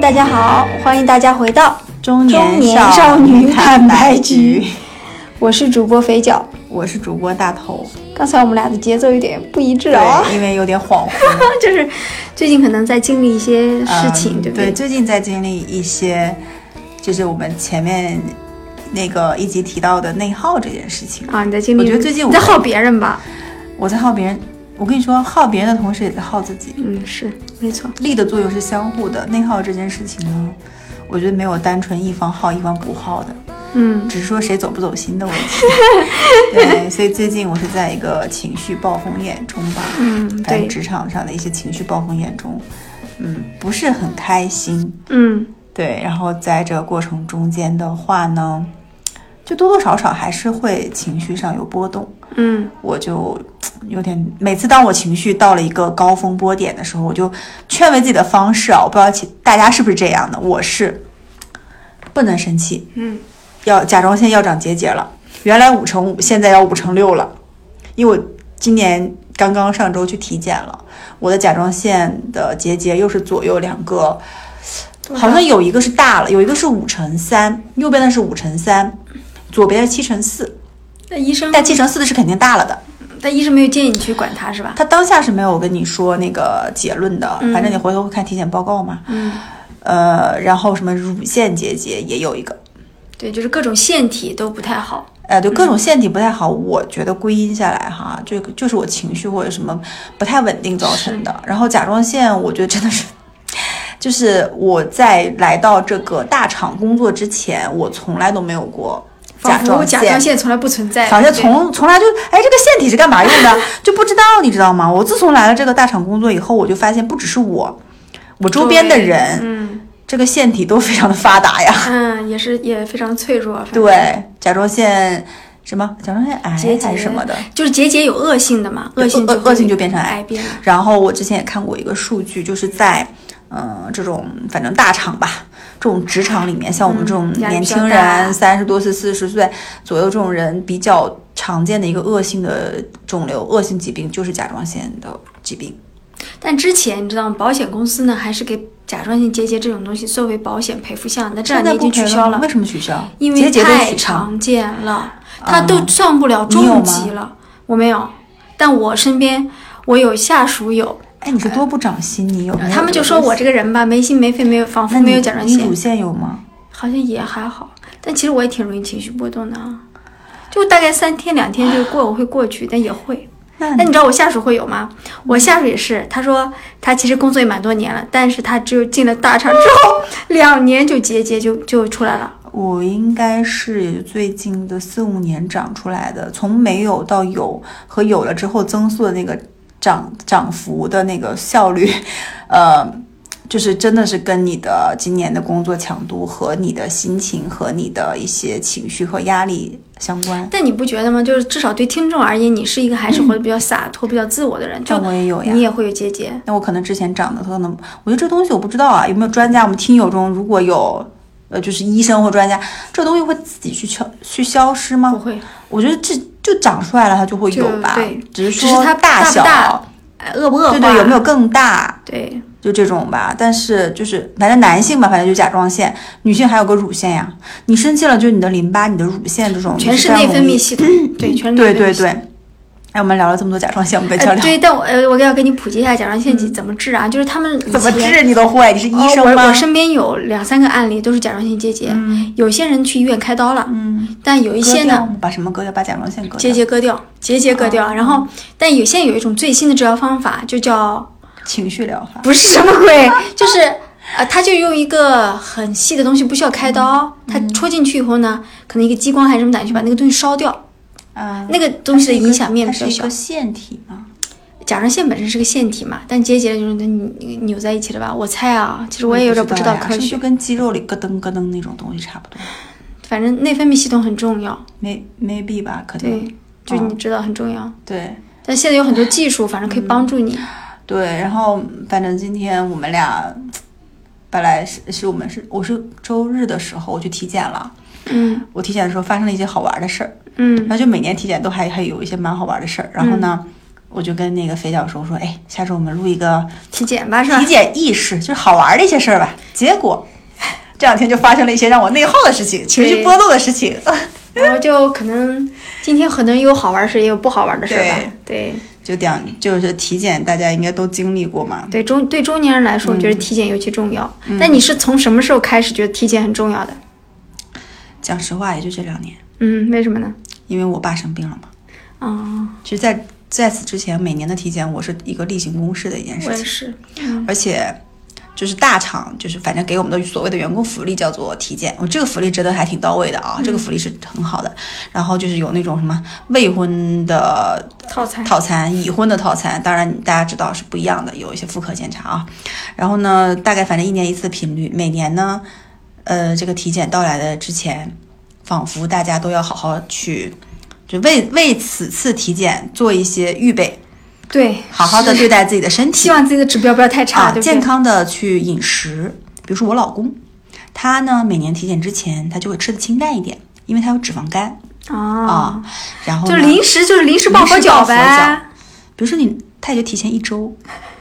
大家好，欢迎大家回到中中年年少女坦白局局，，我是主播肥脚。我是主播大头，刚才我们俩的节奏有点不一致啊，对，因为有点恍惚， 就是最近可能在经历一些事情，嗯对不对？最近在经历一些，就是我们前面那个一集提到的内耗这件事情。啊，你在经历，我觉得最近我你在耗别人吧？我在耗别人，我跟你说，耗别人的同时也在耗自己，嗯，是没错。力的作用是相互的。内耗这件事情呢，我觉得没有单纯一方耗一方不耗的，嗯，只是说谁走不走心 的问题。对，所以最近我是在一个情绪暴风眼中吧，嗯反正对职场上的一些情绪暴风眼中，嗯，不是很开心。嗯对，然后在这个过程中间的话呢，就多多少少还是会情绪上有波动。嗯我就有点，每次当我情绪到了一个高峰波点的时候，我就劝慰自己的方式啊，我不知道其大家是不是这样的，我是不能生气，嗯，要甲状腺要长结节了，原来五乘五，现在要五乘六了，因为我今年刚刚上周去体检了，我的甲状腺的结节又是左右两个，好像有一个是大了，有一个是五乘三，右边的是五乘三，左边的七乘四，但医生但七乘四的是肯定大了的。但医生没有建议你去管他是吧？他当下是没有跟你说那个结论的，嗯反正你回头会看体检报告嘛。嗯，呃，然后什么乳腺结节也有一个，对，就是各种腺体都不太好。呃，就嗯各种腺体不太好，我觉得归因下来哈，就就是我情绪或者什么不太稳定造成的。然后甲状腺，我觉得真的是。就是我在来到这个大厂工作之前，我从来都没有过仿甲佛状甲腺状腺从来不存在，反正对从从来就，哎，这个腺体是干嘛用的？就不知道，你知道吗？我自从来了这个大厂工作以后，我就发现不只是我，我周边的人，嗯这个腺体都非常的发达呀。嗯，也是也非常脆弱。反正，对，甲状腺什么甲状腺癌结节还是什么的，哎就是结节有恶性的嘛，恶性恶就恶性就变成癌癌变了。然后我之前也看过一个数据，就是在嗯、呃这种反正大厂吧，这种职场里面，像我们这种嗯压力年比较轻大人三十多岁、四十岁左右这种人，比较常见的一个恶性的肿瘤、恶性疾病就是甲状腺的疾病。但之前你知道吗？保险公司呢还是给甲状腺结节这种东西作为保险赔付项，但这两现在啊年已经不取赔消吗了为，什么取消？因结为节都太取消。常见了，它都上不了啊你有重吗疾了。我没有，但我身边我有下属有，哎，你是多不长心，你有没有？他们就说我这个人吧没心没肺，没有仿佛嗯那你没有甲状你腺乳，腺有吗？好像也还好。但其实我也挺容易情绪波动的啊，就大概三天两天就过，我会过去，但也会。那那你知道我下属会有吗？我下属也是，他说他其实工作也蛮多年了，但是他只有进了大厂之后两年就结节就就出来了。我应该是最近的四五年长出来的，从没有到有和有了之后增速的那个涨涨幅的那个效率， 呃，就是真的是跟你的今年的工作强度和你的心情和你的一些情绪和压力相关。但你不觉得吗？就是至少对听众而言，你是一个还是活得比较洒脱、比较自我的人，就嗯但我也有呀你也会有结节。那我可能之前长得可能，我觉得这东西我不知道啊，有没有专家？我们听友中如果有，呃，就是医生或专家，这东西会自己去消去消失不吗？会，我觉得这就长出来了，它就会有就吧对，只只是是说它大不小，大呃恶不恶化？对对，有没有？更大，对，就这种吧。但是就是反正男性吧，反正就甲状腺，女性还有个乳腺呀。你生气了，就是你的淋巴、你的乳腺这种，全你嗯是非常内容分泌易。系 统，对，全是内分对泌对系统对。哎，我们聊了这么多甲状腺，我们被教呃，聊。对，但我呃，我要给你普及一下甲状腺怎么治啊？就是他们以 怎么前治啊你都会？你是医生哦、吗？我我身边有两三个案例都是甲状腺结节，有些人去医院开刀了，嗯，但有一些割掉呢吗，把什么割掉？把甲状腺割结掉。节割掉，结节割掉。然后，但有现在有一种最新的治疗方法，就叫情绪疗法。不 是什么鬼，就是呃，他就用一个很细的东西，不需要开刀，他戳进去以后呢，可能一个激光还是什么东西，把那个东西烧掉，啊， 那个东西的影响面它比是较一小个。腺体嘛。甲状腺本身是个腺体嘛，但结节就是扭扭在一起的吧？我猜啊，其实我也有点不知道呀科是不是学就，跟肌肉里咯噔咯噔那种东西差不多反正内分泌系统很重要。 ？May maybe 吧，可能对，就你知道很重要。对但现在有很多技术，反正可以帮助你。对。然后反正今天我们俩本来是是我们是我是周日的时候我去体检了，嗯我体检的时候发生了一些好玩的事儿，然嗯后就每年体检都还还有一些蛮好玩的事儿。然后呢，我就跟那个肥脚说，我说哎，下周我们录一个体检吧，是吧体？检意识，就是好玩的一些事儿吧。结果这两天就发生了一些让我内耗的事情，情绪波动的事情，然后就可能今天可能有好玩儿事，也有不好玩儿的事吧。对就两就是体检，大家应该都经历过嘛。对，中对中年人来说，我觉得体检尤其重要。那你是从什么时候开始觉得体检很重要的？讲实话，也就这两年，嗯，为什么呢？因为我爸生病了嘛。啊、其实在，在此之前，每年的体检我是一个例行公事的一件我事也情，是。而且就是大厂，就是反正给我们的所谓的员工福利叫做体检，我这个福利真的还挺到位的啊，嗯这个福利是很好的。然后就是有那种什么未婚的套餐套餐、已婚的套餐，当然大家知道是不一样的，有一些妇科检查啊。然后呢，大概反正一年一次频率，每年呢，呃，这个体检到来的之前，仿佛大家都要好好去，就为为此次体检做一些预备，对，好好的对待自己的身体希，望自己的指标不要太差，啊，对不对？健康的去饮食。比如说我老公，他呢每年体检之前，他就会吃的清淡一点，因为他有脂肪肝啊，啊。然后就呢是临时就是临时抱佛临时抱脚佛呗。比如说你，他也就提前一周。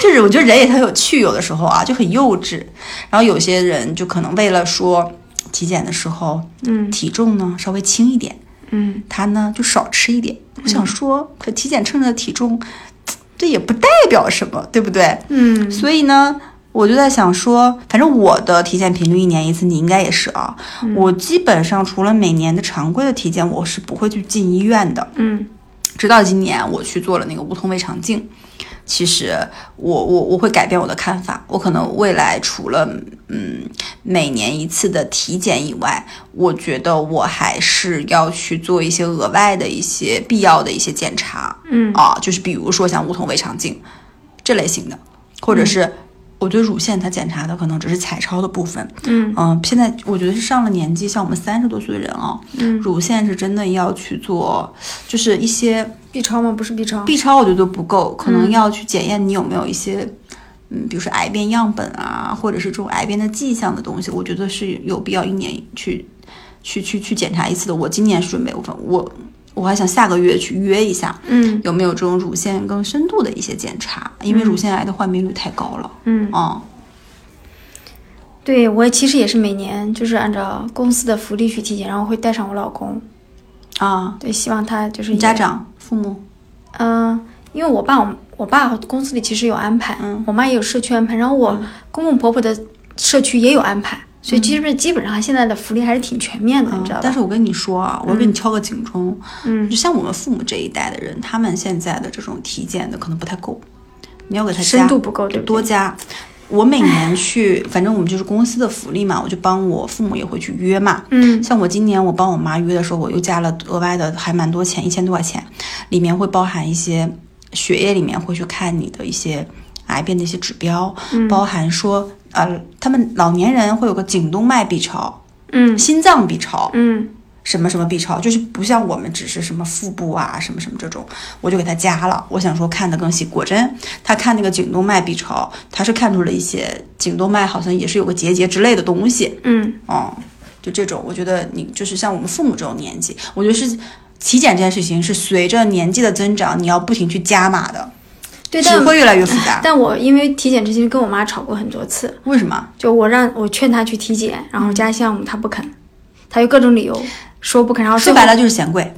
就是我觉得人也很有趣，有的时候啊就很幼稚，然后有些人就可能为了说体检的时候嗯体重呢稍微轻一点，嗯，他呢就少吃一点。我想说，可体检秤的体重，这也不代表什么，对不对？嗯，所以呢，我就在想说，反正我的体检频率一年一次，你应该也是啊。嗯我基本上除了每年的常规的体检，我是不会去进医院的。嗯，直到今年我去做了那个无痛胃肠镜，其实我我我会改变我的看法，我可能未来除了嗯每年一次的体检以外，我觉得我还是要去做一些额外的一些必要的一些检查，嗯啊，就是比如说像无痛胃肠镜这类型的，或者是我觉得乳腺它检查的可能只是彩超的部分，嗯嗯，现在我觉得是上了年纪，像我们三十多岁的人啊、嗯乳腺是真的要去做，就是一些，B 超吗？不是 B 超 B 超，我觉得都不够，可嗯能要去检验你有没有一些，嗯，比如说癌变样本啊，或者是这种癌变的迹象的东西，我觉得是有必要一年去去去去检查一次的。我今年是准备我反我我还想下个月去约一下，嗯有没有这种乳腺更深度的一些检查，因为乳腺癌的患病率太高了，嗯，啊、对我其实也是每年就是按照公司的福利去体检，然后会带上我老公，啊，对，希望他就是你家也长、父母，嗯，因为我爸我我爸公司里其实有安排，嗯我妈也有社区安排，然后我公公婆婆的社区也有安排，所以基本基本上他现在的福利还是挺全面的，你知道吧？嗯啊但是我跟你说啊，我给你敲个警钟，嗯就像我们父母这一代的人，他们现在的这种体检的可能不太够，你要给他加深度不够，对不多对？加。我每年去，反正我们就是公司的福利嘛，我就帮我父母也会去约嘛。嗯像我今年我帮我妈约的时候，我又加了额外的，还蛮多钱，一千多块钱，里面会包含一些血液里面会去看你的一些癌变的一些指标，包含说呃，他们老年人会有个颈动脉 B 超、嗯心脏 B 超，嗯什么什么 B 超，就是不像我们只是什么腹部啊什么什么这种，我就给他加了。我想说看得更细，果真他看那个颈动脉 B 超，他是看出了一些颈动脉好像也是有个结节之类的东西，嗯，哦、就这种，我觉得你就是像我们父母这种年纪，我觉得是体检这件事情是随着年纪的增长，你要不停去加码的，对，只但会越来越复杂。但我因为体检之前跟我妈吵过很多次，为什么？就我让我劝她去体检，然嗯后加项目她不肯，她有各种理由说不肯，然后说最后白了就是嫌贵，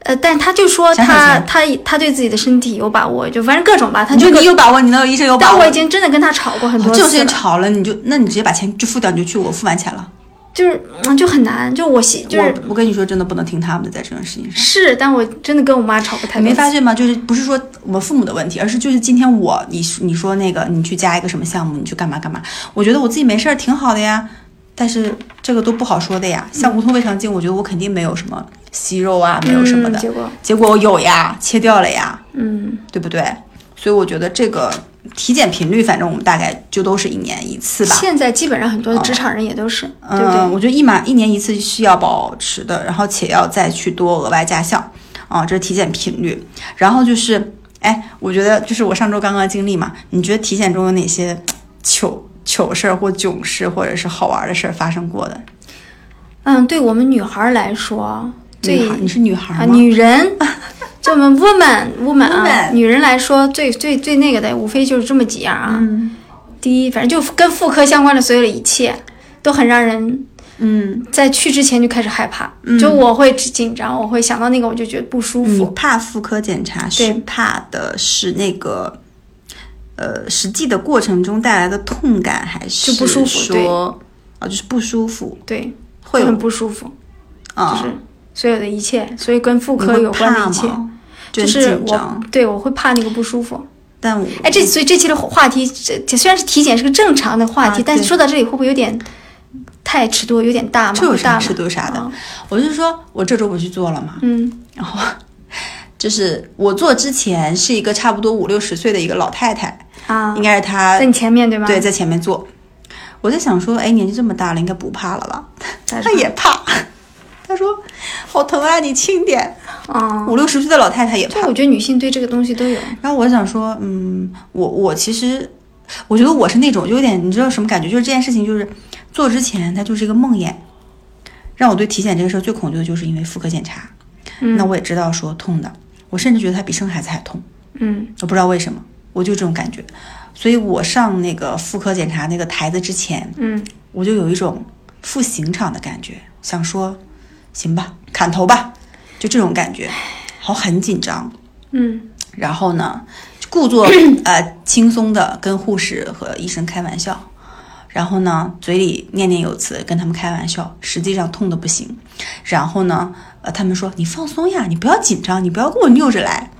呃，但她就说想省她钱她她对自己的身体有把握，就反正各种吧，她你就就你有把握，你能有医生有把但握。我已经真的跟她吵过很哦多这种事次情了。吵了，你就那你直接把钱就付掉，你就去，我付完钱了。就是嗯，就很难，就我喜就是我我跟你说，真的不能听他们的，在这种事情上。是，但我真的跟我妈吵过太你多没次。发现吗？就是不是说我父母的问题，而是就是今天我你你说那个你去加一个什么项目，你去干嘛干嘛？我觉得我自己没事儿挺好的呀，但是这个都不好说的呀。像无痛胃肠镜，我觉得我肯定没有什么息肉啊，没有什么的，嗯结果结果我有呀，切掉了呀，嗯，对不对？所以我觉得这个体检频率，反正我们大概就都是一年一次吧。哦现在基本上很多职场人也都是，对不嗯，对？我觉得一满一年一次是要保持的，然后且要再去多额外加项啊，这是体检频率。然后就是，哎，我觉得就是我上周刚刚的经历嘛，你觉得体检中有哪些糗糗事儿或囧事，或者是好玩的事儿发生过的？嗯，对我们女孩儿来说，最女孩，你是女孩啊吗？ 女人，就对我们 woman woman 啊 Woman 女人来说最最最那个的，无非就是这么几样啊。嗯第一，反正就跟妇科相关的所有的一切，都很让人嗯，在去之前就开始害怕。嗯就我会紧张，我会想到那个我就觉得不舒你服。怕妇科检查是对怕的是那个。呃，实际的过程中带来的痛感还是就不舒服对说啊，就是不舒服，对，会就有很不舒服，啊，就是所有的一切，所以跟妇你科会有关怕的一切，吗就很是紧我张，对我会怕那个不舒服。但我哎，这所以这期的话题，这这虽然是体检是个正常的话题，啊但对说到这里会不会有点太尺度有点大嘛？这有会大啥吗尺度有啥的啊？我是说，我这周不去做了嘛，嗯然后就是我做之前是一个差不多五六十岁的一个老太太，啊应，该是她在你前面对吗？对在前面做。我在想说，哎，年纪这么大了，应该不怕了吧？但是她也怕， 她说好疼啊，你轻点。啊，五六十岁的老太太也怕对，。我觉得女性对这个东西都有然后我想说，嗯，我我其实我觉得我是那种就有点你知道什么感觉，就是这件事情就是做之前它就是一个梦魇。让我对体检这个事儿最恐惧的就是因为妇科检查，嗯那我也知道说痛的，我甚至觉得它比生孩子还痛，嗯我不知道为什么，我就这种感觉。所以我上那个妇科检查那个台子之前，嗯我就有一种赴刑场的感觉，想说行吧，砍头吧，就这种感觉，好很紧张。嗯然后呢，故作呃轻松的跟护士和医生开玩笑，然后呢嘴里念念有词跟他们开玩笑，实际上痛的不行。然后呢，呃他们说你放松呀，你不要紧张，你不要跟我拗着来，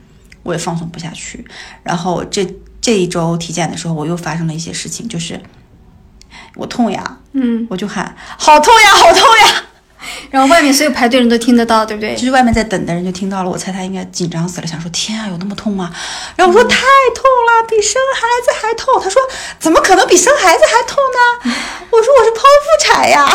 我也放松不下去。然后这这一周体检的时候，我又发生了一些事情，就是我痛呀，嗯，我就喊好痛呀，好痛呀。然后外面所有排队人都听得到，对不对就？是外面在等的人就听到了，我猜他应该紧张死了，想说天啊，有那么痛吗？然后我说太痛了，比生孩子还痛。他说怎么可能比生孩子还痛呢？ 我说我是剖腹产呀，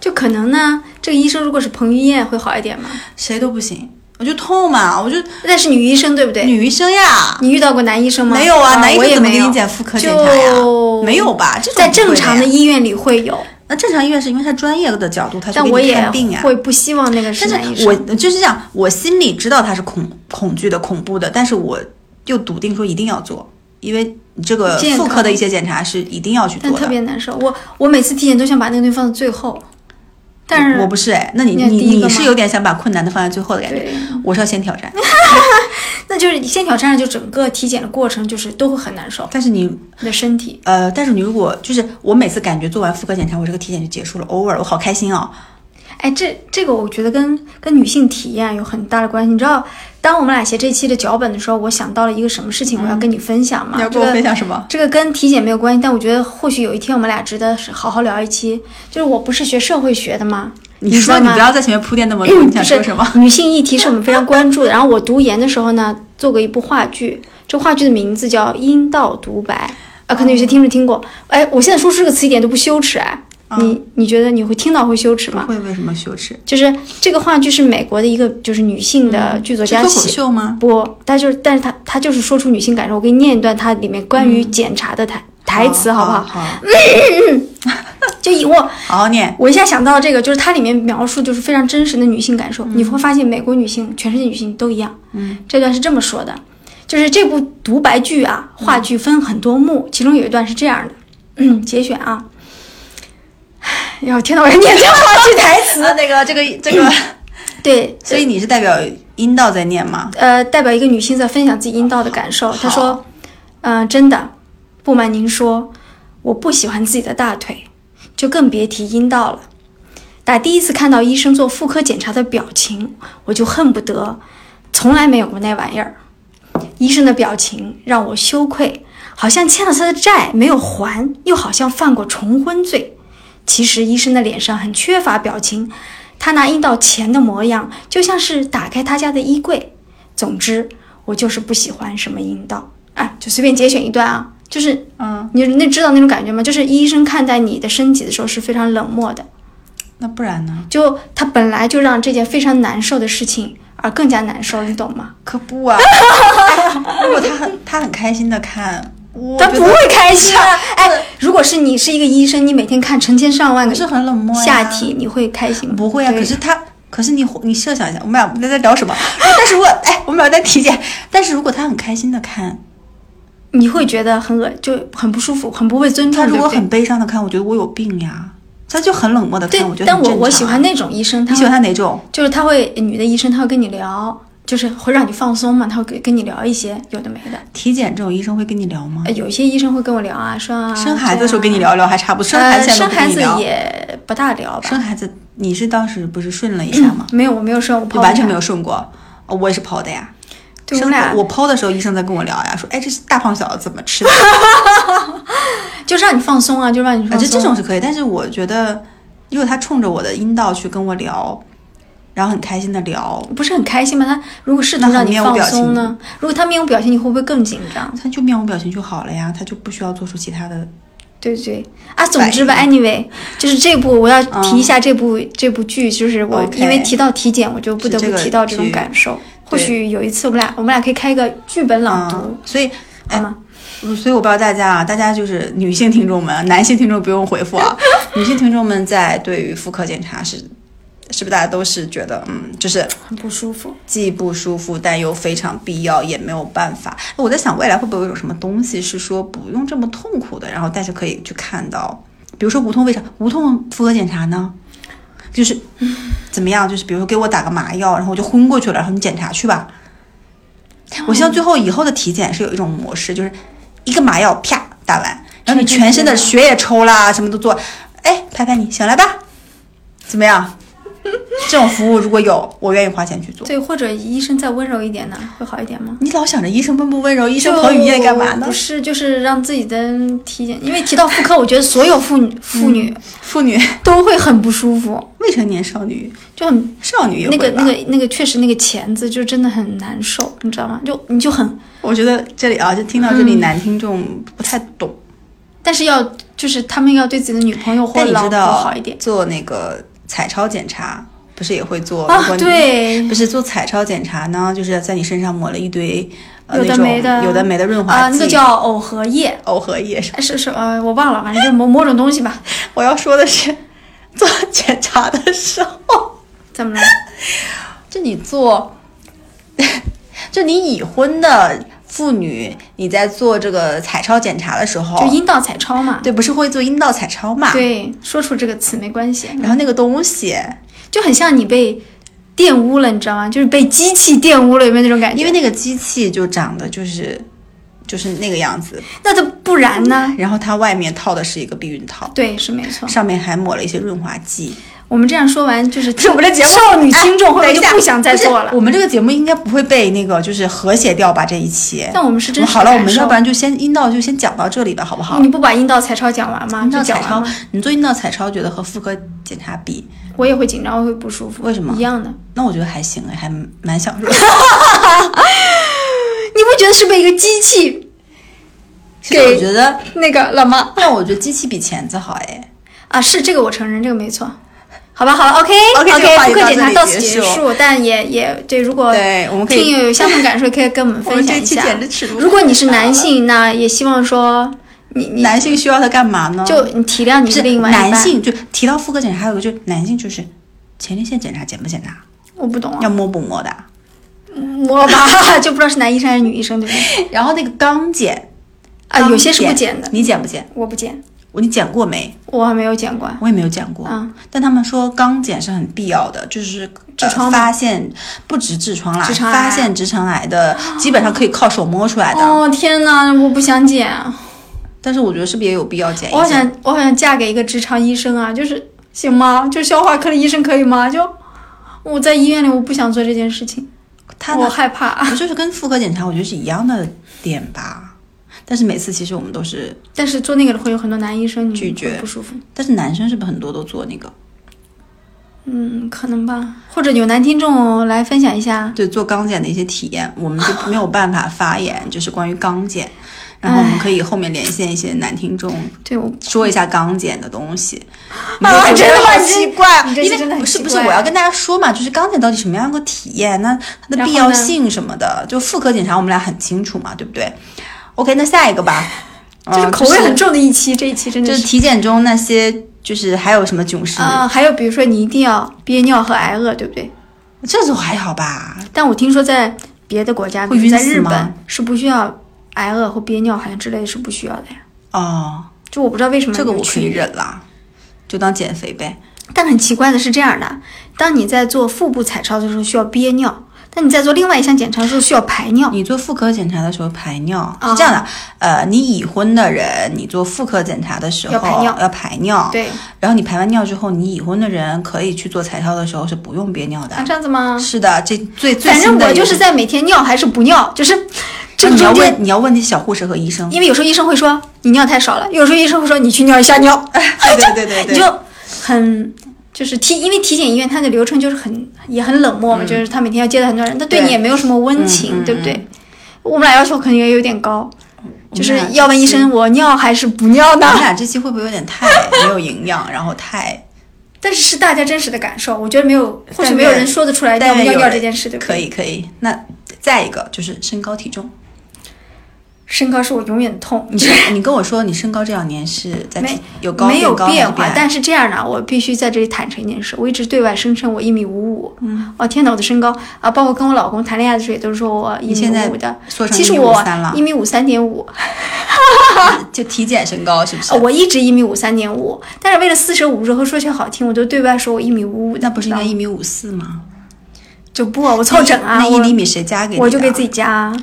就可能呢，这个医生如果是彭于晏会好一点嘛，谁都不行，我就痛嘛，我就但是女医生对不对？女医生呀，你遇到过男医生吗？没有啊，男医我生也怎么没给有你检妇科检查呀就？没有吧？这种在不正会常的呀医院里会有，那正常医院是因为他专业的角度，他去但给我你也看病呀。会不希望那个是但男医是生。我就是这样，我心里知道它是恐恐惧的、恐怖的，但是我又笃定说一定要做，因为你这个健妇科康的一些检查是一定要去但做特的。别难受，我我每次体检都想把那个东西放到最后，但是我我不是哎，那你你你第一个你是吗有点想把困难的放在最后的感觉对，我是要先挑战，那就是先挑战，就整个体检的过程就是都会很难受，但是你你的身体呃，但是你如果就是我每次感觉做完妇科检查，我这个体检就结束了，over，我好开心哦。哎，这这个我觉得跟跟女性体验有很大的关系。你知道，当我们俩写这期的脚本的时候，我想到了一个什么事情，嗯我要跟你分享嘛？啊这个享什么？这个跟体检没有关系，但我觉得或许有一天我们俩值得好好聊一期。就是我不是学社会学的吗？你知说道你吗不要在前面铺垫 那么多，你想说什么？ 女性议题是我们非常关注的。然后我读研的时候呢，做过一部话剧，这话剧的名字叫《阴道独白》啊，可能有些听众听过。哎，我现在说出这个词一点都不羞耻哎，你你觉得你会听到会羞耻吗？啊会为什么羞耻？就是这个话剧是美国的一个就是女性的剧作是家嗯脱口写。秀吗？不，她就是，但是她她就是说出女性感受。我给你念一段她里面关嗯于检查的台、台词，啊好不好？好，就以我好 好念。我一下想到这个，就是它里面描述就是非常真实的女性感受，你会发现美国女性、全世界女性都一样。嗯，这段是这么说的，就是这部独白剧啊，话剧分很多幕，其中有一段是这样的，嗯，节选啊。哎呦，天呐，我要 念这话剧台词。啊那那个这个这个，对，所以你是代表阴道在念吗？呃，代表一个女性在分享自己阴道的感受。她说：“嗯、真的，不瞒您说，我不喜欢自己的大腿，就更别提阴道了。打第一次看到医生做妇科检查的表情，我就恨不得从来没有过那玩意儿。医生的表情让我羞愧，好像欠了他的债没有还，又好像犯过重婚罪。”其实医生的脸上很缺乏表情，他拿阴道前的模样，就像是打开他家的衣柜。总之，我就是不喜欢什么阴道，哎，就随便节选一段啊，就是嗯，你那知道那种感觉吗？就是医生看待你的身体的时候是非常冷漠的，那不然呢？就他本来就让这件非常难受的事情而更加难受，你懂吗？可不 啊！如果他很他很开心的看，我他觉不得会开心啊！哎，如果是你是一个医生，你每天看成千上万还是个很冷漠呀下体，你会开心吗？啊不会啊。对可是他可是你你设想一下，我们俩在在聊 什么？但是如果哎，我们俩在体检，但是如果他很开心的看，你会觉得很恶，就很不舒服，很不被尊重。他如果对不很悲伤的看，我觉得我有病呀。他就很冷漠的对看，我觉对，得但很我正我常啊喜欢那种医生，他你喜欢他哪种？就是他会女的医生，他会跟你聊，就是会让你放松嘛，他会跟跟你聊一些有的没的。体检这种医生会跟你聊吗呃？有一些医生会跟我聊啊，说啊生孩子的时候跟你，这样聊聊还差不多，生呃孩子现在生都不跟孩你子聊。也不大聊吧。生孩子，你是当时不是顺了一下吗？没有，我没有生，我就泡完全没有。有顺过，哦我也是剖的呀。啊对我生们俩我剖的时候，医生在跟我聊呀，说哎，这是大胖小子怎么 吃的？就是让你放松啊，就让你啊，放这松。这种是可以，但是我觉得，如果他冲着我的阴道去跟我聊，然后很开心的聊，不是很开心吗？他如果试图那很让你面无放表松呢？如果他面无表情，你会不会更紧张？他就面无表情就好了呀，他就不需要做出其他的。对不对啊，总之吧，anyway，就是这部我要提一下这部、这部剧，就是我嗯 OK 因为提到体检，我就不得是这不个提到这种剧感受。或许有一次我们俩我们俩可以开一个剧本朗读，嗯，所以，好吗？所以我不知道大家啊，大家就是女性听众们，男性听众不用回 复啊，女性听众们在对于妇科检查是，是不是大家都是觉得，嗯，就是很不舒服，既不舒服，但又非常必要，也没有办法。我在想，未来会不会有什么东西是说不用这么痛苦的，然后但是可以去看到，比如说无痛为啥无痛妇科检查呢？ 就是怎么样？就是比如说给我打个麻药，然后我就昏过去了，然后你检查去吧。我希望最后以后的体检是有一种模式，就是一个麻药啪打完，然后你全身的血也抽啦，什么都做，哎，拍拍你醒来吧，怎么 样？这种服务如果有，我愿意花钱去做。对，或者医生再温柔一点呢，会好一点吗？你老想着医生温不温柔，医生就彭于晏干嘛呢不？是，就是让自己的体检，因为提到妇科，我觉得所有妇嗯女妇女妇女、都会很不舒服，未成年少女、就很少女也那会个吧那，个那个，确实那个钳子就真的很难受，你知道吗？就你就很我觉得这里啊，就听到这里，嗯男听众不太懂。但是要就是他们要对自己的女朋友或但你老知婆道，好一点做那个彩超检查不是也会做？如果啊。你，对不是做彩超检查呢，就是在你身上抹了一堆呃有的那种没的有的没的润滑剂，啊，那个叫耦合液，耦合液。哎是是呃，我忘了，反正就某某种东西吧。 我要说的是，做检查的时候。怎么了？就你做， 就你已婚的妇女，你在做这个彩超检查的时候，就阴道彩超嘛。哦对，不是会做阴道彩超嘛？。对，说出这个词没关系，然后那个东西，就很像你被玷污了，你知道吗？就是被机器玷污了，有没有那种感觉？因为那个机器就长得就是就是那个样子，那它不然呢？然后它外面套的是一个避孕套，对，是没错。上面还抹了一些润滑剂。我们这样说完，就是 是我们的节目少女听众哎会不会等一就下不想再是做了？我们这个节目应该不会被那个就是和谐掉吧？这一期。但我们是真实好了，我们感受要不然就先阴道就先讲到这里吧，好不好？你不把阴道彩超讲完吗？阴道就讲彩完超吗，你做阴道彩超觉得和妇科检查比，我也会紧张，我会不舒服。为什么一样的。那我觉得还行哎，还蛮享受的。你不觉得是被一个机器其实我觉得，那个了吗？但我觉得机器比钳子好哎。啊，是这个我承认，这个没错。好吧，好了，OK OK，这个话妇科题到检这查里到此结结束束，但也也对，如果对我们可以听友有相同感受，可以跟我们 分享一下。尺度如果你是男性，那也希望说你你男性需要它干嘛呢？就你体谅你的不嗯是另外一半。男，性就提到妇科检查，还有个就是男性就是前列腺检查检不检查，我不懂啊要，摸不摸的啊。摸吧 就不知道是男医生还是女医生，对不对？然后那个肛检啊，有些是不肛剪的，你剪嗯不剪？我不剪，我你剪过没？我还没有剪过。我也没有剪过。嗯但他们说肛检是很必要的，就是痔疮呃、吗发现不止痔疮啦，直肠癌发现直肠癌的基本上可以靠手摸出来的。啊哦天哪，我不啊想剪。但是我觉得是不是也有必要剪一我好剪？想，我好想嫁给一个直肠医生啊，就是行吗？就消化科的医生可以吗？就我在医院里，我不想做这件事情，他我呢，害怕。不就是跟妇科检查我觉得是一样的点吧？但是每次其实我们都是，但是做那个的会有很多男医生，你拒会绝不舒服。但是男生是不是很多都做那个？嗯，可能吧。或者有男听众来分享一下，对，做肛检的一些体验，我们就没有办法发言，就是关于肛检。然后我们可以后面连线一些男听众，对我说一下肛检的 东西。啊你就觉得真的好很奇怪，你这因期真的为很不是奇不是，怪啊我要跟大家说嘛，就是肛检到底什么样的体验，那它的然必后要呢性什么的，就妇科检查我们俩很清楚嘛，对不对？OK，那下一个吧， 就是嗯口味是很重的一期，这一期真就的是是体检中那些就是还有什么囧事？啊，还有比如说你一定要憋尿和挨饿，对不对？这种还好吧？但我听说在别的国家，会比如在晕死日吗本是不需要挨饿或憋尿，好像之类的是不需要的呀。哦，就我不知道为什么这个有我可区以别忍啦，就当减肥呗。但很奇怪的是这样的，当你在做腹部彩超的时候需要憋尿，但你在做另外一项检查的时候需要排尿。你做妇科检查的时候排尿、啊是这样的，呃，你已婚的人，你做妇科检查的时候要排尿要排尿对，然后你排完尿之后，你已婚的人可以去做彩超的时候是不用憋尿的。啊，这样子吗？是的，这最最反正新的我有就是在每天尿还是不尿，就是这个你要中间，问你要问那些小护士和医生，因为有时候医生会说你尿太少了，有时候医生会说你去尿一下尿，对对对对你对，呃就很。就是体，因为体检医院它的流程就是很也很冷漠嘛，就是他每天要接待很多人，他对嗯对你也没有什么温情，嗯嗯对不对？我们俩要求可能也有点高，我们就是俩要问这医期生我尿还是不尿呢我？们俩这期会不会有点太 没有营养，然后太但是是大家真实的感受，我觉得没有，或许但没有愿人说得出来但尿不愿尿有尿人这件事，对不可对？以可以？那再一个就是身高体重，身高是我永远的痛，你身你跟我说你身高这两年是在没有高没有变高变还是化。但是这样呢，我必须在这里坦诚一件事，我一直对外声称我一米五五。嗯，哦天哪，我的身高啊，包括跟我老公谈恋爱的时候也都是说我一你米现在五五的，缩嗯成其实1.53我了一米五三点五， 啊就体检身高是不是？哦我一直一米五三点五，但是为了四舍五入和说些好听，我就对外说我一米五五。那不是应该你知道一吗米五四吗？就不我 凑整啊，那一我厘米谁加给你的？我就给自己加啊。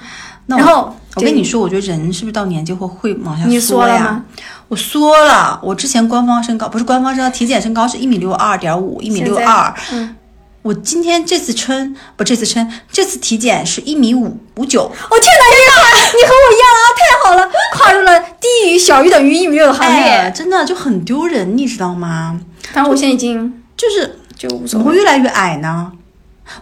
那然后我对跟你说，我觉得人是不是到年纪后会往下你缩缩了吗呀？我缩了，我之前官方身高不是官方身高，体检身高是一米六二点五，一米现六在二。嗯。我今天这次称不这次称这次体检是一米五五九，我天哪，天哪！你和我一样啊，太好了，跨入了低于小于等于一米六的行列。哎，真的就很丢人，你知道吗？但是我现在已经就是就无怎所么会谓。越来越矮呢？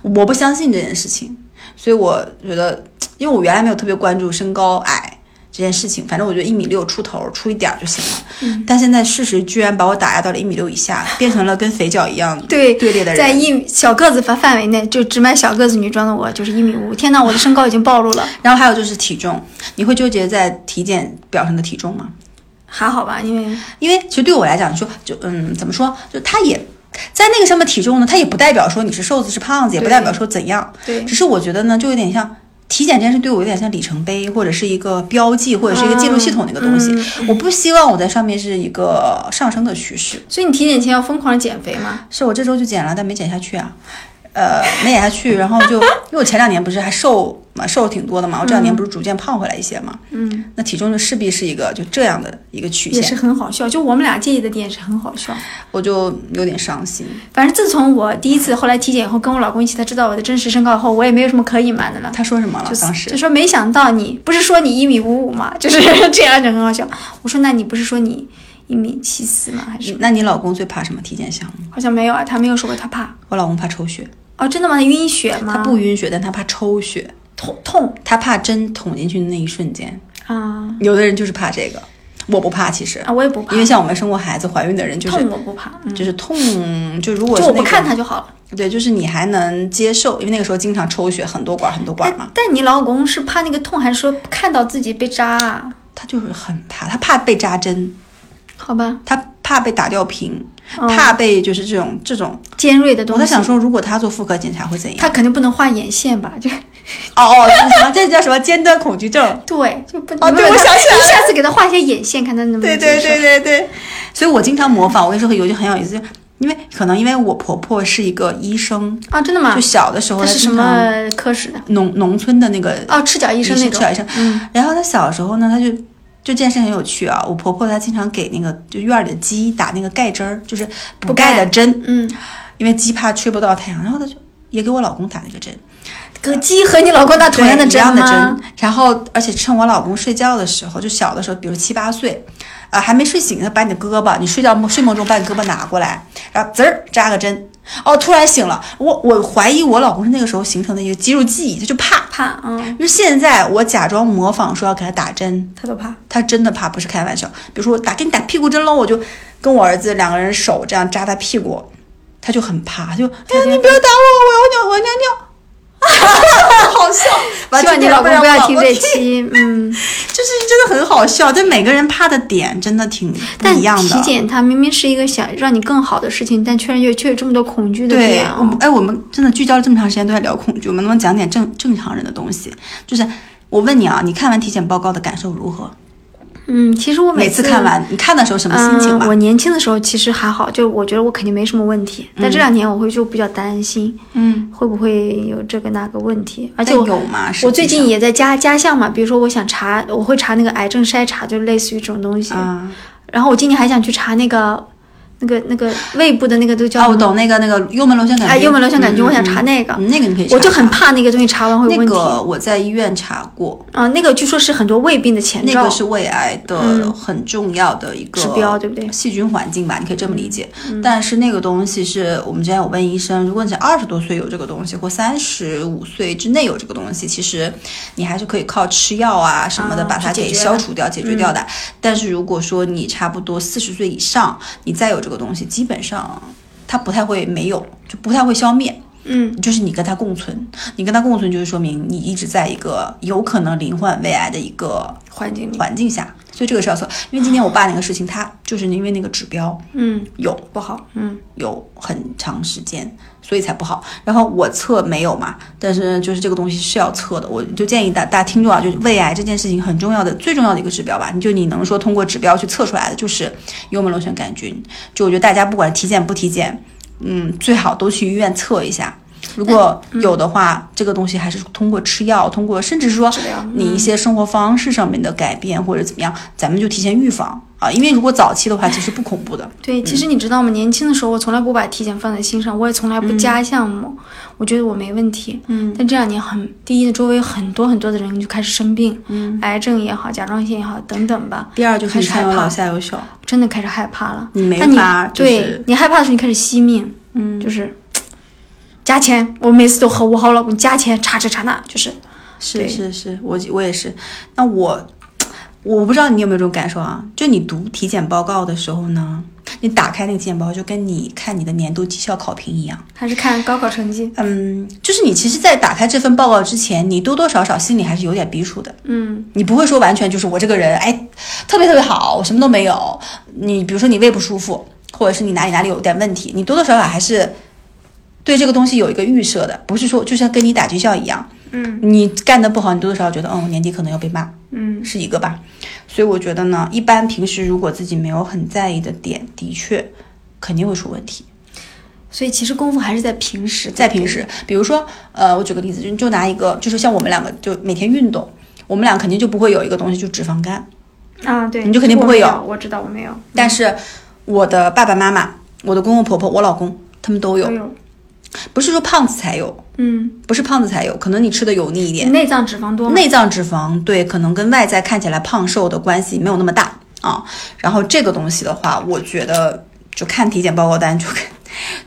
我不相信这件事情，所以我觉得，因为我原来没有特别关注身高矮这件事情，反正我觉得一米六出头出一点儿就行了。但现在事实居然把我打压到了一米六以下，变成了跟肥脚一样对队列的人。在一小个子范范围内，就只买小个子女装的我就是一米五。天哪，我的身高已经暴露了，然后还有就是体重，你会纠结在体检表上的体重吗？还好吧？因为因为其实对我来讲，你说就嗯，怎么说，就它也在那个上面体重呢，它也不代表说你是瘦子是胖子，也不对代表说怎样，对只是我觉得呢，就有点像。体检这件事对我有点像里程碑，或者是一个标记，或者是一个记录系统的一个东西。嗯我不希望我在上面是一个上升的趋势。所以你体检前要疯狂的减肥嘛？是我这周就减了，但没减下去啊，呃，没减下去。然后就因为我前两年不是还瘦嘛，瘦挺多的嘛，我这两年不是逐渐胖回来一些嘛，嗯，那体重就势必是一个就这样的一个曲也是线，很好笑，就我们俩介意的点是很好笑。我就有点伤心。反正自从我第一次后来体检以后，跟我老公一起，他知道我的真实身高以后，我也没有什么可隐瞒的了。他说什么了？就当就时说没想到你不是说你一米五五嘛，就是 这样就很好笑。我说那你不是说你一米七四吗？还是什么那你老公最怕什么体检项目？好像没有啊？他没有说过他怕我老公怕抽血，哦，真的吗？他晕血吗？他不晕血，但他怕抽血，痛痛他怕针捅进去的那一瞬间。啊有的人就是怕这个，我不怕，其实，啊！我也不怕，因为像我们生过孩子、怀孕的人，就是痛我不怕，嗯就是痛，就如果就是我那不看种他就好了。对，就是你还能接受，因为那个时候经常抽血，很多管很多管嘛但。但你老公是怕那个痛，还是说看到自己被扎啊？他就是很怕，他怕被扎针，好吧，他怕被打吊瓶，嗯怕被就是这种这种。尖锐的东我西。在想，说，如果他做妇科检查会怎样？他肯定不能画眼线吧？就哦哦，什么这叫什么尖端恐惧症？ 对，就不哦你对问我他想起来你下次给他画一些眼线，看他能不对能对接受。对对对，所以我经常模仿。我跟你说，有句很有意思，就因为可能因为我婆婆是一个医生，啊，真的吗就？小的时候他她是什经常么科室的？农农村的那个哦，赤脚医生那种小。医生，嗯然后她小时候呢，她就。就这件事很有趣啊！我婆婆她经常给那个就院儿里的鸡打那个钙针儿，就是补补钙钙的针，嗯，因为鸡怕吹不到太阳，然后她就也给我老公打那个针，葛鸡和你老公打同样的对一针样的吗？针。然后，而且趁我老公睡觉的时候，就小的时候，比如七八岁，啊、还没睡醒，他把你的胳膊，你睡觉梦睡梦中把你胳膊拿过来，然后滋儿扎个针。哦，突然醒了，我我怀疑我老公是那个时候形成的一个肌肉记忆，他就怕。怕，嗯，就是现在我假装模仿说要给他打针，他都怕。他真的怕，不是开玩笑。比如说我打给你打屁股针喽，我就跟我儿子两个人手这样扎他哎 屁股，他就很怕，他就哎呀你不要打我，我要尿我要尿尿。好笑。希望你老公不要听这期， 嗯，就是真的很好笑，但每个人怕的点真的挺不但一样的。体检它明明是一个想让你更好的事情，但却又却有这么多恐惧的对点、，我们哎，我们真的聚焦了这么长时间都在聊恐惧，我们能不能讲点正正常人的东西？就是我问你啊，你看完体检报告的感受如何？嗯，其实我每次次看完，你看的时候什么嗯，心情吧？我年轻的时候其实还好，就我觉得我肯定没什么问题。但这两年我会就比较担心，嗯，会不会有这个那个问题？而且但我有吗？实我际最近上也在加加项嘛，比如说我想查，我会查那个癌症筛查，就类似于这种东西。啊，然后我今年还想去查那个那个那个胃部的那个都叫哦，什我么懂那个那个幽门螺旋杆菌，哎，幽门螺旋杆菌，嗯我想嗯查嗯那个，嗯那个你可以查查，我就很怕那个东西查完会有那问题。个我在医院查过，啊，那个据说是很多胃病的前那兆。个是胃癌的哦嗯很重要的一个指标对不对嗯细菌环境吧，你可以这么理解。但是那个东西是我们之前有问医生，如果你是二十多岁有这个东西，或三十五岁之内有这个东西，其实你还是可以靠吃药啊什么的啊把它去解给决消的嗯除掉、解决掉的。但是如果说你差不多四十岁以上，你再有这个东西，基本上它不太会没有，就不太会消灭。嗯，就是你跟他共存，你跟他共存就是说明你一直在一个有可能罹患胃癌的一个环境里，环境下，所以这个是要算。因为今天我爸那个事情，他就是因为那个指标嗯，有不好，嗯，有很长时间，所以才不好。然后我测没有嘛，但是就是这个东西是要测的。我就建议大大家听众啊，就是胃癌这件事情很重要的最重要的一个指标吧，你就你能说通过指标去测出来的就是幽门螺旋杆菌。就我觉得大家不管体检不体检，嗯，最好都去医院测一下。如果有的话，这个东西还是通过吃药，通过甚至说疗你一些生活方式上面的改变或者怎么样，咱们就提前预防啊。因为如果早期的话，其实不恐怖的。对，其实你知道吗？年轻的时候，我从来不把体检放在心上，我也从来不加项目，嗯我觉得我没问题。嗯，但这两年很，第一，周围有很多很多的人就开始生病，嗯，癌症也好，甲状腺也好，等等吧， 第二就是开你始害上有老怕下有小，真的开始害怕了。你没但你法就对是你害怕的时候，你开始惜命，嗯，就是加钱。我每次都和我和我老公加钱查这查那，就是是对是是，我我也是。那我我不知道你有没有这种感受啊？就你读体检报告的时候呢，你打开那个体检报告，就跟你看你的年度绩效考评一样。还是看高考成绩。嗯，就是你其实，在打开这份报告之前，你多多少少心里还是有点逼数的。嗯，你不会说完全就是我这个人，哎，特别特别好，我什么都没有。你比如说你胃不舒服，或者是你哪里哪里有点问题，你多多少少还是对这个东西有一个预设的，不是说就像跟你打绩效一样，嗯，你干的不好，你多多少少觉得，嗯，我年底可能要被骂，嗯，是一个吧。所以我觉得呢，一般平时如果自己没有很在意的点，的确肯定会出问题。所以其实功夫还是在平时，在平时，比如说，呃，我举个例子，就就拿一个，就是像我们两个就每天运动，我们俩肯定就不会有一个东西就脂肪肝，啊，对，你就肯定我不会没有有。我知道我没有，但是我的爸爸妈妈、我的公公婆婆、我老公他们都我有，有，不是说胖子才有，嗯。不是胖子才有，可能你吃的油腻一点，内脏脂肪多吗？内脏脂肪对，可能跟外在看起来胖瘦的关系没有那么大啊。然后这个东西的话，我觉得就看体检报告单就跟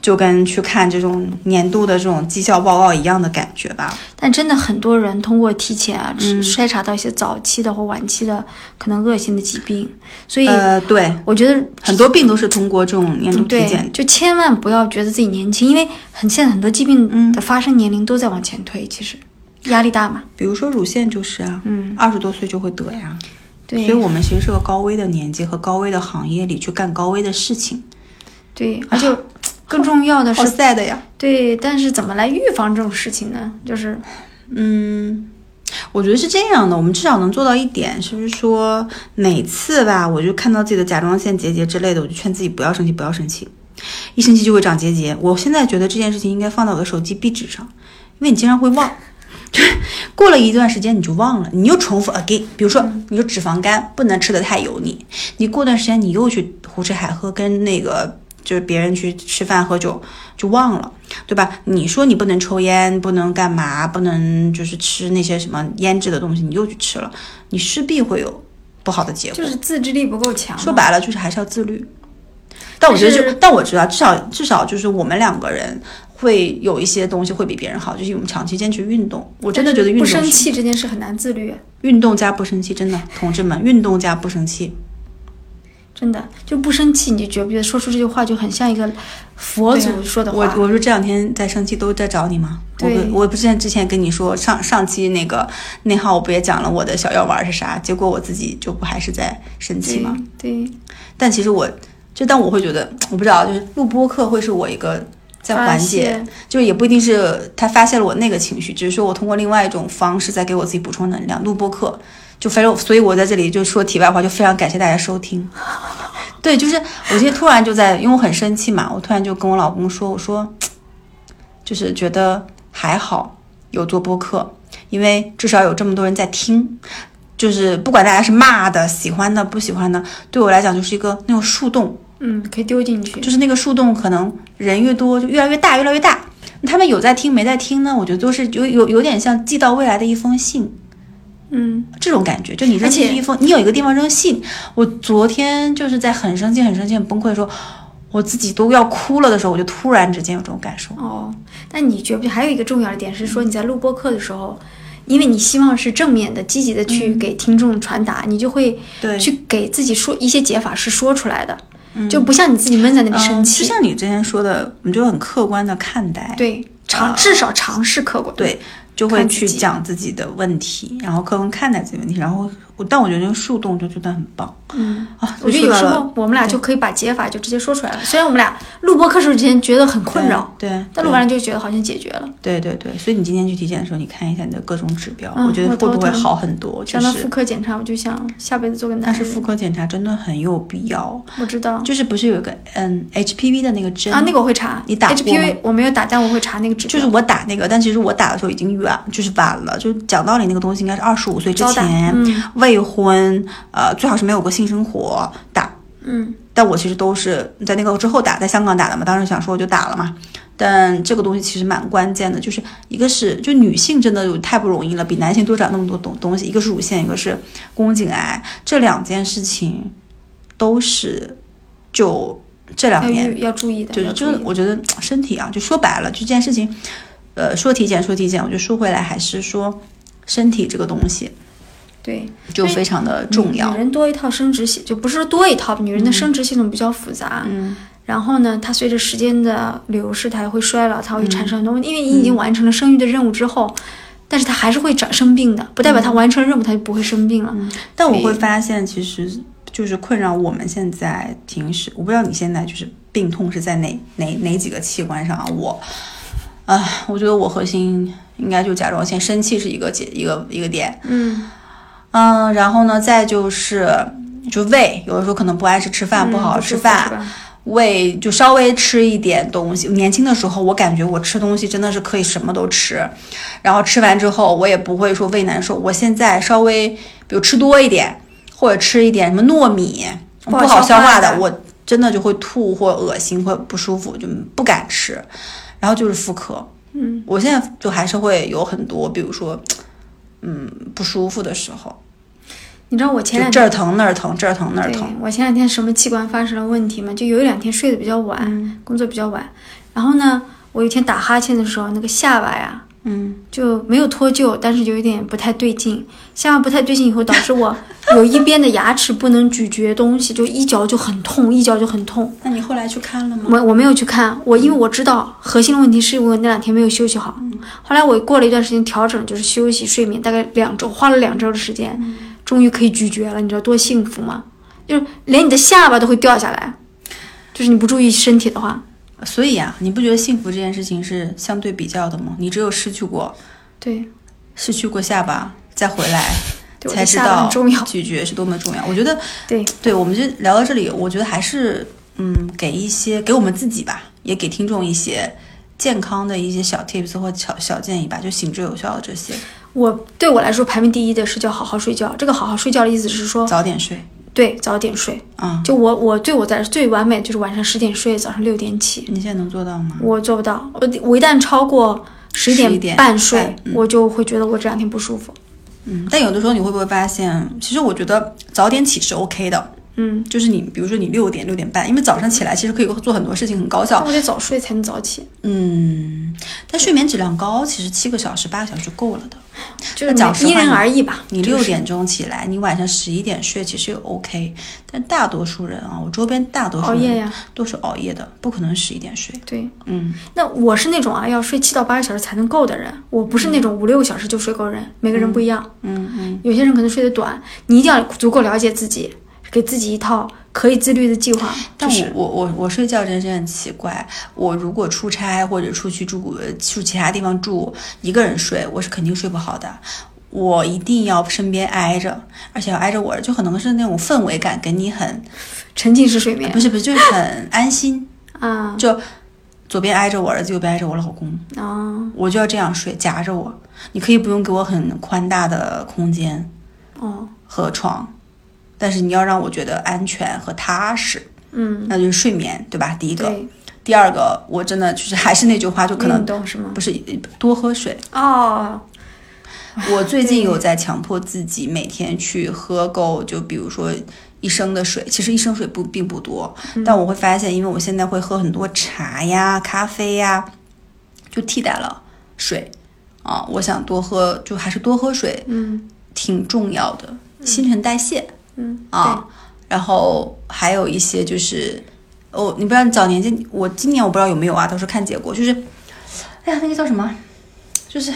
就跟去看这种年度的这种绩效报告一样的感觉吧。但真的很多人通过体检啊，只筛查到一些早期的或晚期的可能恶性的疾病，所以呃，对，我觉得很多病都是通过这种年度体对检，。就千万不要觉得自己年轻，因为很现在很多疾病的发生年龄都在往前推，其实压力大嘛。比如说乳腺就是啊，嗯，二十多岁就会得呀。对，所以我们其实是个高危的年纪和高危的行业里去干高危的事情，哦对，啊而且更重要的好哦是， sad 呀。对，但是怎么来预防这种事情呢？就是哎嗯，我觉得是这样的，我们至少能做到一点，是不是说每次吧，我就看到自己的甲状腺结节之类的，我就劝自己不要生气，不要生气，一生气就会长结节。我现在觉得这件事情应该放到我的手机壁纸上，因为你经常会忘，过了一段时间你就忘了，你又重复 again。比如说，你说脂肪肝不能吃的太油腻，你过段时间你又去胡吃海喝，跟那个就是别人去吃饭喝酒，就忘了，对吧？你说你不能抽烟，不能干嘛，不能就是吃那些什么腌制的东西，你又去吃了，你势必会有不好的结果。就是自制力不够强嘛。说白了就是还是要自律。但我觉得但，就是但我知道，至少至少就是我们两个人会有一些东西会比别人好，就是因为我们长期坚持运动。我真的觉得运不动生是气这件事很难自律，运动加不生气，真的，同志们，运动加不生气，真的就不生气，你就觉不觉得说出这句话就很像一个佛祖说的啊我话？我不是这两天在生气，都在找你吗？我对不我不是之前跟你说上上期那个内耗，我不也讲了我的小药丸是啥？结果我自己就不还是在生气吗？对，对但其实我就但我会觉得，我不知道，就是录播课会是我一个在发缓解，泄就是也不一定是他发泄了我那个情绪，只是说我通过另外一种方式在给我自己补充能量。录播课就非常，所以我在这里就说题外话，就非常感谢大家收听。 对，就是我今天突然就在，因为我很生气嘛，我突然就跟我老公说，我说，就是觉得还好有做播客，因为至少有这么多人在听。就是不管大家是骂的、喜欢的、不喜欢的，对我来讲就是一个那种树洞，嗯，可以丢进去，就是那个树洞，可能人越多就越来越大，越来越大。他们有在听没在听呢？我觉得都是有有有点像寄到未来的一封信嗯，这种感觉，就你扔而且进去一封，你有一个地方扔信。我昨天就是在很生气、很生气、很崩溃的时候，我自己都要哭了的时候，我就突然之间有这种感受。哦，那你觉不？还有一个重要的点是说，你在录播课的时候，因为你希望是正面的、积极的去给听众传达，你就会嗯对去给自己说一些解法是说出来的，就不像你自己闷在那里生嗯，就气。像你之前说的，我们就很客观的看待，对，尝至少尝试客观。啊对，就会看自去己讲自己的问题，然后客观看待自己的问题，然后我但我觉得这个树洞就真的很棒嗯，啊！我觉得说有到时了候我们俩就可以把解法就直接说出来了。虽然我们俩录播课时候之前觉得很困扰，对，对但录完了就觉得好像解决了。对对对，所以你今天去体检的时候，你看一下你的各种指标，嗯我觉得我会头不会疼好很多？就想到妇是，科检查，我就想下辈子做个男但是人。妇科检查真的很有必要，我知道就是不是有一个嗯 HPV 的那个针啊，那个我会查。你打过吗 HPV 我没有打，但我会查那个指标。就是我打那个，但其实我打的时候已经远，就是晚了。就是讲道理，那个东西应该是二十五岁之早打前，嗯未婚，呃，最好是没有过性生活打。嗯，但我其实都是在那个之后打，在香港打的嘛，当时想说我就打了嘛。但这个东西其实蛮关键的，就是一个是就女性真的有太不容易了，比男性多长那么多东东西，一个是乳腺，一个是宫颈癌，这两件事情都是就这两要年预要注意的，对，要注就意是的我觉得身体啊，就说白了，就这件事情，呃，说体检说体检，我就说回来还是说身体这个东西对就非常的重要嗯女。人多一套生殖系，就不是说多一套，女人的生殖系统比较复杂。嗯，然后呢，它随着时间的流逝，它也会衰老，它会产生很多问题。因为你已经完成了生育的任务之后，但是它还是会长生病的，不代表它完成了任务，它就不会生病了。嗯但我所会以发现，其实就是困扰我们现在平时，我不知道你现在就是病痛是在哪哪哪几个器官上啊？我，啊，我觉得我核心应该就甲状腺，生气是一个解一个一个点，嗯，嗯，然后呢，再就是就胃，有的时候可能不爱吃吃饭，嗯不好好舒吃服饭是，吧胃就稍微吃一点东西。年轻的时候，我感觉我吃东西真的是可以什么都吃，然后吃完之后我也不会说胃难受。我现在稍微，比如吃多一点，或者吃一点什么糯米不不好好消消化化的的，我真的就会吐或恶心或不舒服，就不敢吃。然后就是妇科，嗯，我现在就还是会有很多，比如说，嗯，不舒服的时候，你知道我前就两这天儿疼那儿疼，这儿疼那儿对疼。我前两天什么器官发生了问题嘛？就有一两天睡得比较晚，工作比较晚，然后呢，我有一天打哈欠的时候，那个下巴呀，嗯，就没有脱臼，但是有一点不太对劲。下巴不太对劲以后，导致 我有一边的牙齿不能咀嚼东西，就一嚼就很痛，一嚼就很痛。那你后来去看了吗？我我没有去看，我因为我知道核心的问题是因为我那两天没有休息好。嗯后来我过了一段时间调整，就是休息睡眠，大概两周，花了两周的时间，嗯终于可以咀嚼了。你知道多幸福吗？就是连你的下巴都会掉下来，就是你不注意身体的话。所以啊，你不觉得幸福这件事情是相对比较的吗？你只有失去过，对，失去过下巴，再回来， 对我才的知下巴道很重要。咀嚼是多么重要。我觉得，对，对，我们就聊到这里，我觉得还是，嗯，给一些给我们自己吧，也给听众一些健康的一些小 tips 或小小建议吧，就行之有效的这些，我对我来说排名第一的是叫好好睡觉。这个好好睡觉的意思是说，早点睡对，早点睡。啊、就我我对我在最完美就是晚上十点睡，早上六点起。你现在能做到吗？我做不到，我我一旦超过十11点点半睡半，嗯我就会觉得我这两天不舒服。嗯，但有的时候你会不会发现，其实我觉得早点起是 OK 的，嗯，就是你，比如说你六点六点半，因为早上起来其实可以做很多事情，很高效那。我得早睡才能早起，嗯，但睡眠质量高，其实七个小时、八个小时就够了的。就是那讲实因话人你而异吧。你这个六是点钟起来，你晚上十一点睡，其实也 OK。但大多数人啊，我周边大多数熬夜人呀，都是熬夜的，不可能十一点睡。对，嗯，那我是那种啊，要睡七到八个小时才能够的人，我不是那种五六个小时就睡够人，每个人不一样。嗯嗯，有些人可能睡得短，你一定要足够了解自己，给自己一套可以自律的计划。但就我是我我我睡觉真是很奇怪。我如果出差或者出去住呃去其他地方住，一个人睡，我是肯定睡不好的。我一定要身边挨着，而且要挨着我，就可能是那种氛围感给你很沉浸式睡眠不是不是，就是很安心。啊就左边挨着我儿子，右边挨着我老公，啊我就要这样睡，夹着我。你可以不用给我很宽大的空间哦和床，但是你要让我觉得安全和踏实，嗯，那就是睡眠，对吧？第一个，对，嗯第二个，我真的就是还是那句话，就可运能动是吗？不是多喝水。哦，我最近有在强迫自己每天去喝够，就比如说一升的水，其实一升水不并不多，但我会发现，因为我现在会喝很多茶呀、咖啡呀，就替代了水啊。我想多喝，就还是多喝水嗯挺重要的，新陈代谢嗯啊。然后还有一些就是，哦，你不知道早年间，我今年我不知道有没有啊，到时候看结果。就是，哎呀，那个叫什么，就是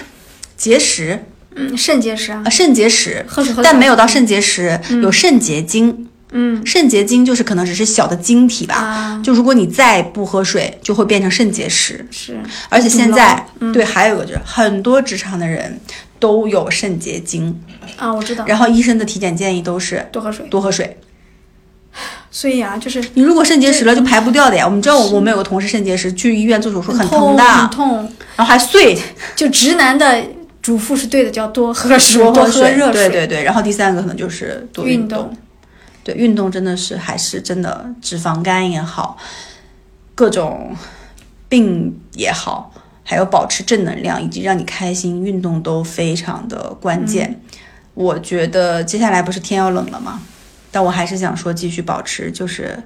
节食对嗯，肾结石啊啊，，肾结石。喝水喝得但没有少到肾结石，有肾结晶。嗯肾结晶就是可能只是小的晶体吧。啊就如果你再不喝水，就会变成肾结石。是而且现在堵了嗯对，还有一个就是很多职场的人都有肾结晶，啊，我知道，然后医生的体检建议都是多喝水。多喝水。所以啊，就是你如果肾结石了，就排不掉的呀。我们知道我我们有个同事肾结石，去医院做手术很疼的，很痛，然后还碎，就直男的嘱咐是对的，叫多喝水，多多喝喝水。热对对对，然后第三个可能就是多运动。动对，运动真的是还是真的脂肪肝也好，各种病也好，还有保持正能量以及让你开心，运动都非常的关键。我觉得接下来不是天要冷了吗？但我还是想说，继续保持就是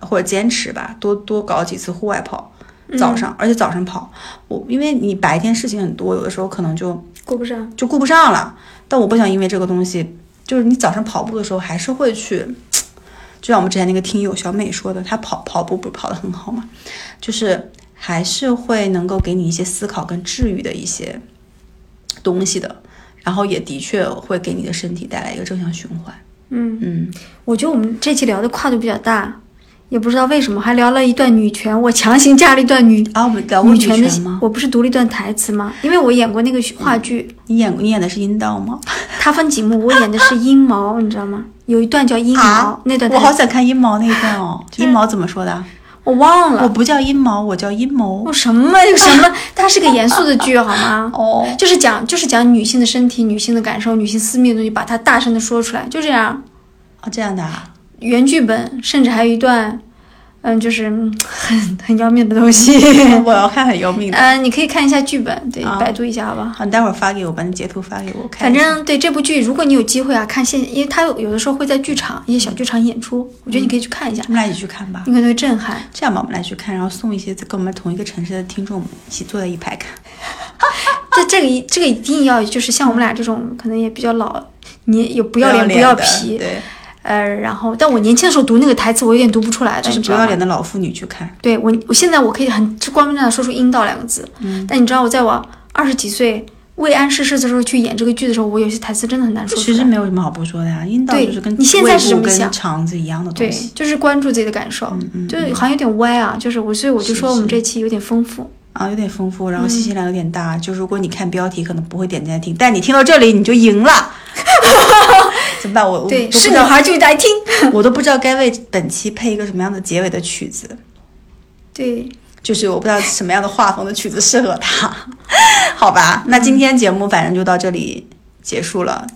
或者坚持吧，多多搞几次户外跑。早上，而且早上跑，我因为你白天事情很多，有的时候可能就顾不上，就顾不上了。但我不想因为这个东西，就是你早上跑步的时候还是会去，就像我们之前那个听友小美说的，她跑跑步不是跑得很好嘛，就是还是会能够给你一些思考跟治愈的一些东西的，然后也的确会给你的身体带来一个正向循环。嗯。嗯，我觉得我们这期聊的跨度比较大，也不知道为什么还聊了一段女权，我强行加了一段女啊，我们 聊过女女权的权吗？我不是读了一段台词吗？因为我演过那个话剧，你演你演的是阴道吗？它分几幕，我演的是阴谋，你知道吗？有一段叫阴谋，啊那段我台好词想看阴毛那一段哦。 阴毛怎么说的啊？我忘了我，不叫阴毛，我叫阴谋我。什么有什么？它是个严肃的剧好吗？哦，就是讲，就是讲女性的身体、女性的感受、女性私密的东西，把它大声的说出来，就这样。哦，这样 的啊。原剧本甚至还有一段，嗯，就是嗯很很要命的东 西。我要看很要命的。嗯，你可以看一下剧本，对，啊百度一下好吧。好，你待会儿发给我，把你截图发给我看反一下。正对这部剧，如果你有机会啊，看现，因为它有有的时候会在剧场一些小剧场演出，我觉得你可以去看一下，我们俩一起去看吧。你可能会震撼。这样吧，我们俩去看，然后送一些跟我们同一个城市的听众，我们一起坐在一排看。这这个一这个一定要就是像我们俩这种可能也比较老，你也不不要脸不要的皮，对，呃，然后但我年轻的时候读那个台词，我有点读不出来的，就是你知不道要吗脸的老妇女去看。对我，我现在我可以很光明正大地说出“阴道”两个字，嗯但你知道我在我二十几岁未谙世事的时候去演这个剧的时候，我有些台词真的很难说出其来实。没有什么好不说的呀、阴道对就是跟你现在是胃部这么想跟肠子一样的对东西，就是关注自己的感受，嗯就是好像有点歪啊，就是我，所以我就是说我们这期有点丰富。啊，有点丰富，嗯然后信息量有点大。就如果你看标题，可能不会点进来听，但你听到这里你就赢了。 怎么办？我我我对，不是知女道，啊孩就来听。我都不知道该为本期配一个什么样的结尾的曲子。对，就是我不知道什么样的画风的曲子适合他， 好吧？那今天节目反正就到这里结束了，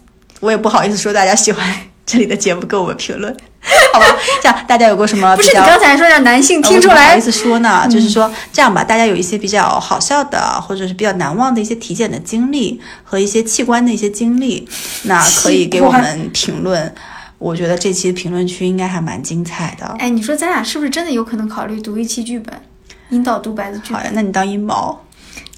我也不好意思说大家喜欢这里的节目，给我们评论， 好吧？这样大家有过什么不比是你较？刚才说让男性听出呃我怎么不好来嗯意，思说呢，就是说这样吧，大家有一些比较好笑的，或者是比较难忘的一些体检的 经历和一些器官的一些经历，那可以给我器官们评论。我觉得这期评论区应该还蛮精彩的。哎，你说咱俩是不是真的有可能考虑读一期剧本，阴道独白的剧好呀本？，那你当阴谋，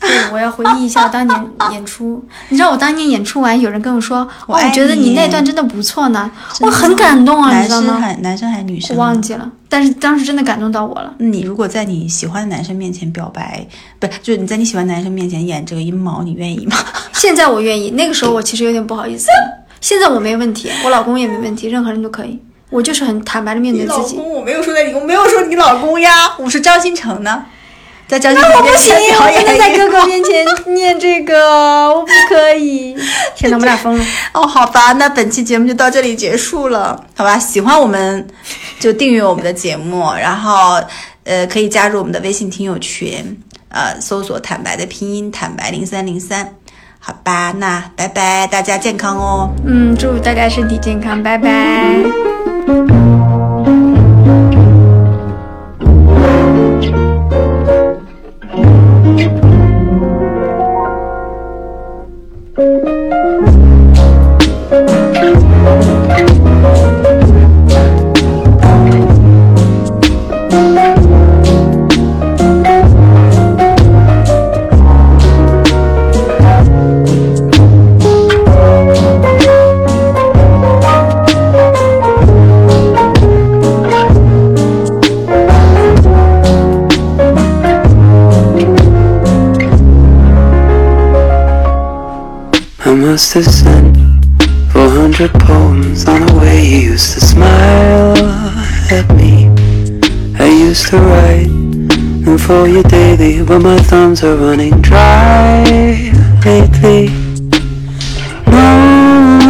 对，我要回忆一下我当年演出。你知道我当年演出完，有人跟我说，我哦，爱我觉得你你那段真的不错呢，真我的很感动啊，你男知道生吗？还男生还是女生我啊？忘记了，但是当时真的感动到我了。你如果在你喜欢的男生面前表白，不就是你在你喜欢的男生面前演这个阴谋，你愿意吗？现在我愿意，那个时候我其实有点不好意思。现在我没问题，我老公也没问题，任何人都可以。我就是很坦白的面对自己。我没有说在你，我没有说你老公呀，我说张新成呢，在张新成我面不行，前表我演不能在阴哥谋哥面前念这个，我不可以。 天哪，我们俩疯了。哦，好吧，那本期节目就到这里结束了，好吧？喜欢我们就订阅我们的节目，然后呃可以加入我们的微信听友群，呃，搜索“坦白”的拼音“坦白零三零三”，好吧？那拜拜，大家健康哦。嗯，祝大家身体健康，拜拜。 I must have sent 400 poems on the way you used to smile at me. I used to write them for you daily, but my thumbs are running dry lately. No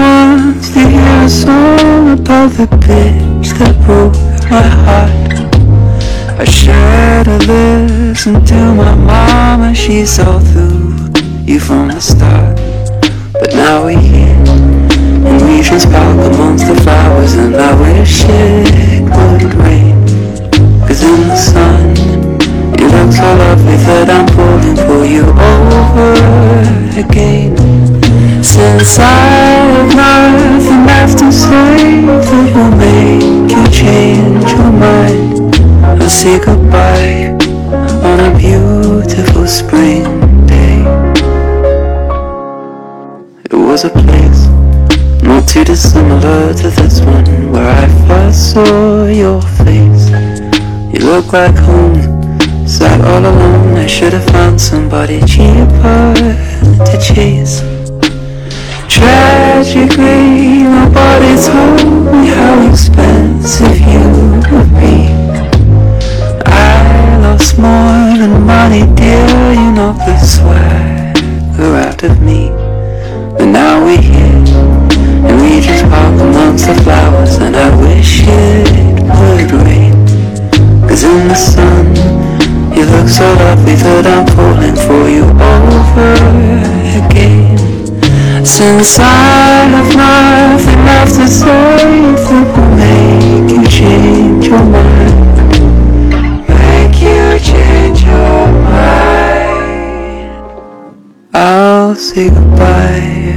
one's to hear a song about the bitch that broke my heart. I should have listened to my mama, she saw through you from the start. But now we're here, and we should spark amongst the flowers. And I wish it would rain. Cause in the sun, you look so lovely that I'm pulling for you over again. Since I have nothing left to say that will make you change your mind, I'll say goodbye on a beautiful spring day. It was a place not too dissimilar to this one where I first saw your face. You look like home, sat all alone. I should have found somebody cheaper to chase. Tragically, nobody told me how expensive you would be. I lost more than money, dear. You knocked the swagger out of me. But now we're here, and we just walk amongst the flowers, and I wish it would rain. Cause in the sun, you look so lovely that I'm falling for you over again. Since I have nothing left to say that will make you change your mind. Make you change your mind. I'll say goodbye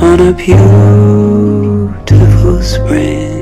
on a beautiful spring